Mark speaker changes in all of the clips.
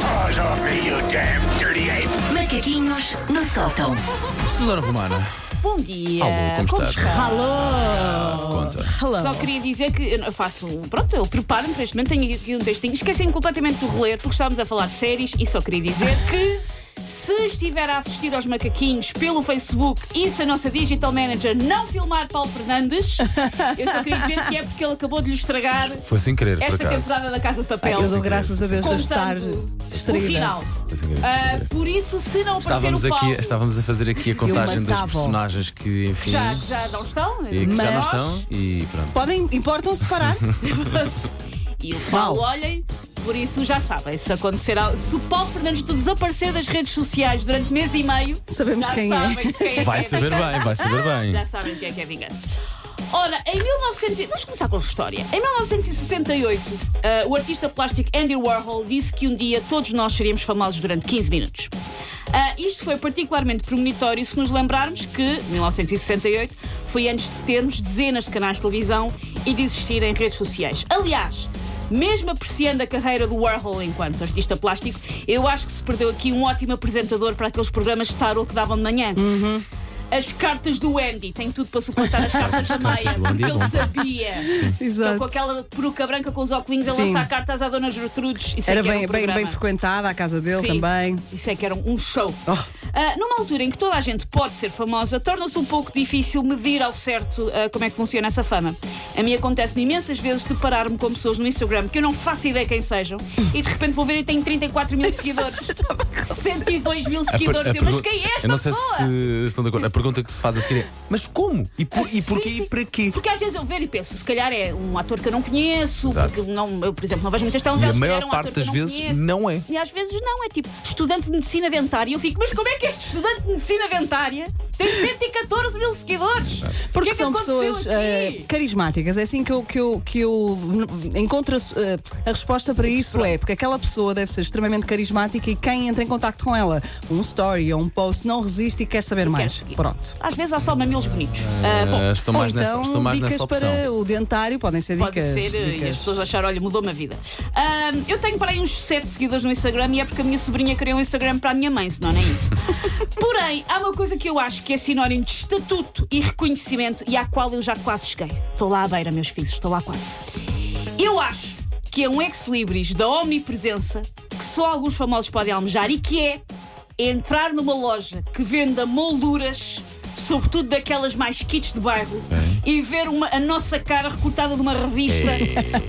Speaker 1: paws off me, you damn dirty ape!
Speaker 2: Macaquinhos no sótão.
Speaker 3: Dona Romana,
Speaker 4: Bom dia.
Speaker 3: Alô, como estás?
Speaker 4: Alô.
Speaker 3: conta.
Speaker 4: Só queria dizer que eu faço um. Pronto, eu preparo-me para este momento, tenho aqui um textinho. Esqueci-me completamente do roleiro, porque estávamos a falar de séries e só queria dizer que. Se estiver a assistir aos macaquinhos pelo Facebook e se a nossa digital manager não filmar Paulo Fernandes, eu só queria dizer que é porque ele acabou de lhe estragar
Speaker 3: Foi sem querer, por
Speaker 4: esta
Speaker 3: acaso.
Speaker 4: temporada da Casa de Papel.
Speaker 5: Eu dou graças a Deus de eu estar
Speaker 4: Contando o
Speaker 5: distraída.
Speaker 4: final.
Speaker 3: Foi sem querer, foi sem
Speaker 4: Ah,
Speaker 3: querer.
Speaker 4: por isso, se não aparecer
Speaker 3: Estávamos,
Speaker 4: o Paulo,
Speaker 3: aqui, estávamos a fazer aqui a contagem das
Speaker 5: matava-o.
Speaker 3: personagens que, enfim,
Speaker 4: já, já não estão,
Speaker 3: e que já não
Speaker 5: Mas-
Speaker 3: estão e pronto.
Speaker 5: Podem, importam-se parar.
Speaker 4: E o Paulo,
Speaker 5: Uau.
Speaker 4: olhem, por isso já sabem, se acontecer al- se o Paulo Fernandes desaparecer das redes sociais durante mês e meio,
Speaker 5: Sabemos
Speaker 4: já
Speaker 5: quem é.
Speaker 4: sabem quem é.
Speaker 3: Vai
Speaker 4: que é
Speaker 3: saber bem, vai saber
Speaker 4: Já
Speaker 3: bem.
Speaker 4: sabem quem é que é vingança. Ora, em 1900, e- vamos começar com a história. Em 1968, ah, o artista plástico Andy Warhol disse que um dia todos nós seríamos famosos durante 15 minutos. Ah, isto foi particularmente premonitório se nos lembrarmos que 1968 foi antes de termos dezenas de canais de televisão e de existir em redes sociais. Aliás, mesmo apreciando a carreira do Warhol enquanto artista plástico, eu acho que se perdeu aqui um ótimo apresentador para aqueles programas de tarot que davam de manhã. As cartas do Andy, tem tudo para suportar as cartas da Maia,
Speaker 3: cartas do Andy
Speaker 4: porque
Speaker 3: é bom,
Speaker 4: ele
Speaker 3: pá.
Speaker 4: sabia. Então,
Speaker 5: Exato.
Speaker 4: com aquela peruca branca com os óculos a
Speaker 5: Sim.
Speaker 4: lançar cartas à Dona Gertrudes. Isso é
Speaker 5: Era
Speaker 4: que
Speaker 5: bem,
Speaker 4: um
Speaker 5: bem, bem
Speaker 4: programa.
Speaker 5: frequentada a casa dele
Speaker 4: Sim,
Speaker 5: também.
Speaker 4: Isso é que era um show.
Speaker 5: Oh.
Speaker 4: Ah, numa altura em que toda a gente pode ser famosa, torna-se um pouco difícil medir ao certo ah, como é que funciona essa fama. A mim acontece-me imensas vezes de parar-me com pessoas no Instagram que eu não faço ideia quem sejam e de repente vou ver e tenho 34 mil seguidores. 102 mil
Speaker 3: A per-
Speaker 4: seguidores.
Speaker 3: a
Speaker 4: Eu, mas
Speaker 3: pergu-
Speaker 4: quem é esta
Speaker 3: Eu não sei
Speaker 4: pessoa?
Speaker 3: se estão de acordo. A pergunta que se faz a seguir é: mas como? E, por, e porquê e para quê?
Speaker 4: Porque às vezes eu vejo e penso, se calhar é um ator que eu não conheço,
Speaker 3: Exato.
Speaker 4: porque não, eu, por exemplo, não vejo muitas
Speaker 3: E a
Speaker 4: telenovelas. se calhar
Speaker 3: maior
Speaker 4: é um ator
Speaker 3: parte
Speaker 4: que eu
Speaker 3: das vezes
Speaker 4: conheço.
Speaker 3: não é.
Speaker 4: E às vezes não, é tipo estudante de medicina dentária. E eu fico, mas como é que este estudante de medicina dentária tem 114 mil seguidores? O que
Speaker 5: Porque
Speaker 4: é que
Speaker 5: são
Speaker 4: aconteceu
Speaker 5: pessoas
Speaker 4: aqui?
Speaker 5: eh, carismáticas. É assim que eu, que eu, que eu n- encontro a, su- eh, a resposta para isso é porque aquela pessoa deve ser extremamente carismática e quem entra em contacto com ela, um story ou um post, não resiste e quer saber mais.
Speaker 4: seguir.
Speaker 5: Pronto.
Speaker 4: Às vezes há só mamilos bonitos. Ah, bom,
Speaker 3: Ah, estou
Speaker 5: Ou
Speaker 3: mais
Speaker 5: então,
Speaker 3: nessa, estou mais
Speaker 5: dicas
Speaker 3: nessa opção.
Speaker 5: para o dentário podem ser
Speaker 4: Pode
Speaker 5: dicas.
Speaker 4: ser, eh, e as
Speaker 5: dicas.
Speaker 4: pessoas acharam, olha, mudou-me a vida. Ahm, eu tenho para aí uns 7 seguidores no Instagram e é porque a minha sobrinha criou um Instagram para a minha mãe, senão não é isso. Porém, há uma coisa que eu acho que é sinónimo de estatuto e reconhecimento e à qual eu já quase cheguei. Estou lá à beira, meus filhos, estou lá quase. Eu acho que é um ex-libris da omnipresença que só alguns famosos podem almejar e que é entrar numa loja que venda molduras, sobretudo daquelas mais kits de bairro, e ver uma- a nossa cara recortada de uma revista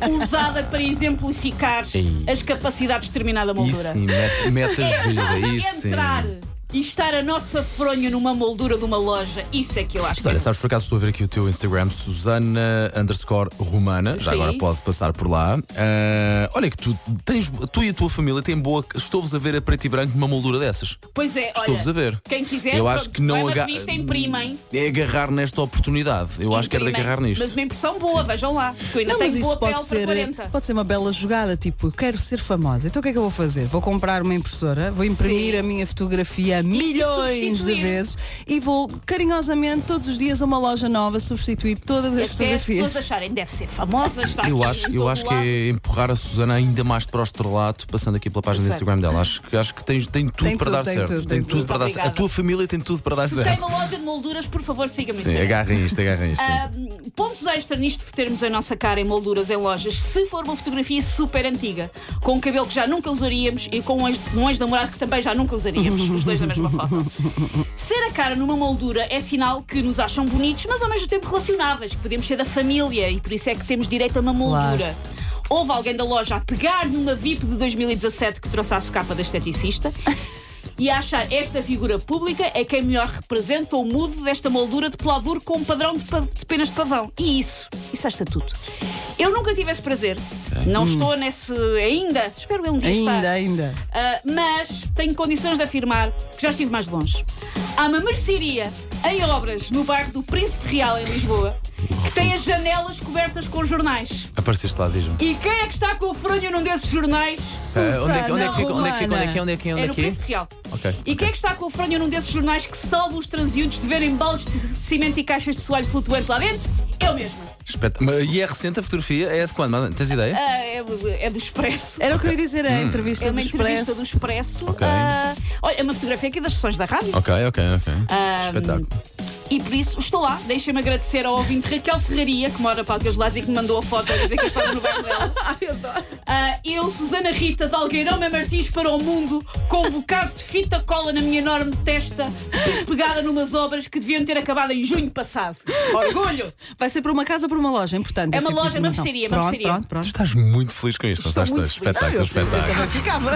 Speaker 4: usada para exemplificar
Speaker 3: Ei.
Speaker 4: as capacidades de determinada
Speaker 3: Isso
Speaker 4: moldura.
Speaker 3: sim, met- metas de vida, isso sim.
Speaker 4: Entrar e estar a nossa fronha numa moldura de uma loja, isso é que eu acho. que é
Speaker 3: Olha, sabes por acaso estou a ver aqui o teu Instagram, Susana underscore Romana, já
Speaker 4: Sim.
Speaker 3: agora pode passar por lá. Ah, olha que tu tens tu e a tua família têm boa. Estou-vos a ver a preto e branco numa moldura dessas.
Speaker 4: Pois é,
Speaker 3: Estou-vos
Speaker 4: olha,
Speaker 3: a ver.
Speaker 4: Quem quiser,
Speaker 3: Eu acho
Speaker 4: pronto,
Speaker 3: que não
Speaker 4: vai na
Speaker 3: aga-
Speaker 4: revista, imprimem.
Speaker 3: É agarrar nesta oportunidade. Eu acho que era de
Speaker 4: imprimem.
Speaker 3: agarrar nisto.
Speaker 4: Mas uma impressão boa, vejam lá. Que eu ainda
Speaker 5: Não,
Speaker 4: tenho
Speaker 5: mas isto
Speaker 4: boa pele
Speaker 5: pode
Speaker 4: para
Speaker 5: ser, eh,
Speaker 4: 40.
Speaker 5: pode ser uma bela jogada, tipo, eu quero ser famosa, então o que é que eu vou fazer? Vou comprar uma impressora, vou imprimir
Speaker 4: Sim.
Speaker 5: a minha fotografia milhões de
Speaker 4: substituir.
Speaker 5: vezes e vou carinhosamente todos os dias a uma loja nova substituir todas as
Speaker 4: Até as pessoas
Speaker 5: fotografias.
Speaker 4: acharem deve ser famosa, está
Speaker 3: Eu
Speaker 4: aqui
Speaker 3: acho,
Speaker 4: assim, em
Speaker 3: eu
Speaker 4: todo
Speaker 3: acho que
Speaker 4: lado.
Speaker 3: é empurrar a Susana ainda mais para o estrelato, passando aqui pela página do
Speaker 4: Exato.
Speaker 3: Instagram dela. Acho que, acho que tem, tem tudo
Speaker 5: Tem
Speaker 3: para
Speaker 5: tudo,
Speaker 3: dar
Speaker 5: tem
Speaker 3: certo.
Speaker 5: tudo,
Speaker 3: tem
Speaker 5: tem
Speaker 3: tudo
Speaker 5: tudo.
Speaker 3: para dar certo. A
Speaker 4: Obrigada.
Speaker 3: tua família tem tudo para dar
Speaker 4: Se tem
Speaker 3: certo.
Speaker 4: uma loja de molduras, por favor, siga-me. no
Speaker 3: Sim,
Speaker 4: Instagram.
Speaker 3: agarrem isto, agarrem isto. sim.
Speaker 4: Ahm, pontos extra nisto de termos a nossa cara em molduras em lojas, se for uma fotografia super antiga, com um cabelo que já nunca usaríamos e com um ex- um ex-namorado que também já nunca usaríamos, os dois da mesma foto. Ser a cara numa moldura é sinal que nos acham bonitos, mas ao mesmo tempo relacionáveis, que podemos ser da família e por isso é que temos direito a uma moldura. Houve alguém da loja a pegar numa VIP de 2017 que trouxe a socapa da esteticista e a achar esta figura pública é quem melhor representa o mudo desta moldura de peladuro com um padrão de, pa- de penas de pavão. E isso, isso é estatuto. Eu nunca tive esse prazer. Não estou nesse ainda. Espero eu um dia
Speaker 5: Ainda,
Speaker 4: estar.
Speaker 5: ainda.
Speaker 4: Ah, mas tenho condições de afirmar que já estive mais longe. Há uma mercearia em obras no bairro do Príncipe Real, em Lisboa, que tem as janelas cobertas com jornais.
Speaker 3: Apareceste lá, diz-me.
Speaker 4: E quem é que está com o fronho num desses jornais?
Speaker 3: Ah, onde é que- onde
Speaker 5: Susana
Speaker 3: é que fica? Onde é que fica? Onde é que é? Onde é que é? Onde
Speaker 4: É
Speaker 3: é
Speaker 4: no
Speaker 3: que é?
Speaker 4: Príncipe Real.
Speaker 3: Ok.
Speaker 4: E quem é que está com o fronho num desses jornais que salva os transeuntes de verem baldes de cimento e caixas de soalho flutuante lá dentro? Eu mesma.
Speaker 3: Espet- Mas- E é recente a fotografia? É de quando? Mas- Tens ideia?
Speaker 4: Ah, é, é do Expresso.
Speaker 5: Era o que eu ia dizer, a entrevista do
Speaker 4: É uma entrevista
Speaker 5: Expresso.
Speaker 4: do Expresso.
Speaker 3: Ok.
Speaker 4: Ah, olha, é uma fotografia aqui das sessões da rádio.
Speaker 3: Ok, ok, ok.
Speaker 4: Ah,
Speaker 3: Espetáculo.
Speaker 4: E por isso estou lá. Deixem-me agradecer ao ouvinte Raquel Ferraria, que mora para aqueles lados e que me mandou a foto a dizer que eu estava no bairro dela.
Speaker 5: Ai, adoro.
Speaker 4: Ah, eu, Susana Rita de Algueirama Martins para o mundo, com um bocado de fita cola na minha enorme testa, pegada numas obras que deviam ter acabado em junho passado. Orgulho!
Speaker 5: Vai ser para uma casa ou para uma loja, importante.
Speaker 4: É
Speaker 5: este
Speaker 4: uma
Speaker 5: tipo de
Speaker 4: loja, uma
Speaker 5: informação.
Speaker 4: pizzeria, uma
Speaker 5: pronto,
Speaker 4: pizzeria.
Speaker 5: Pronto, pronto.
Speaker 3: Tu estás muito feliz com isto, não estás?
Speaker 4: muito feliz.
Speaker 3: Espetáculo, espetáculo.
Speaker 5: Já ficava.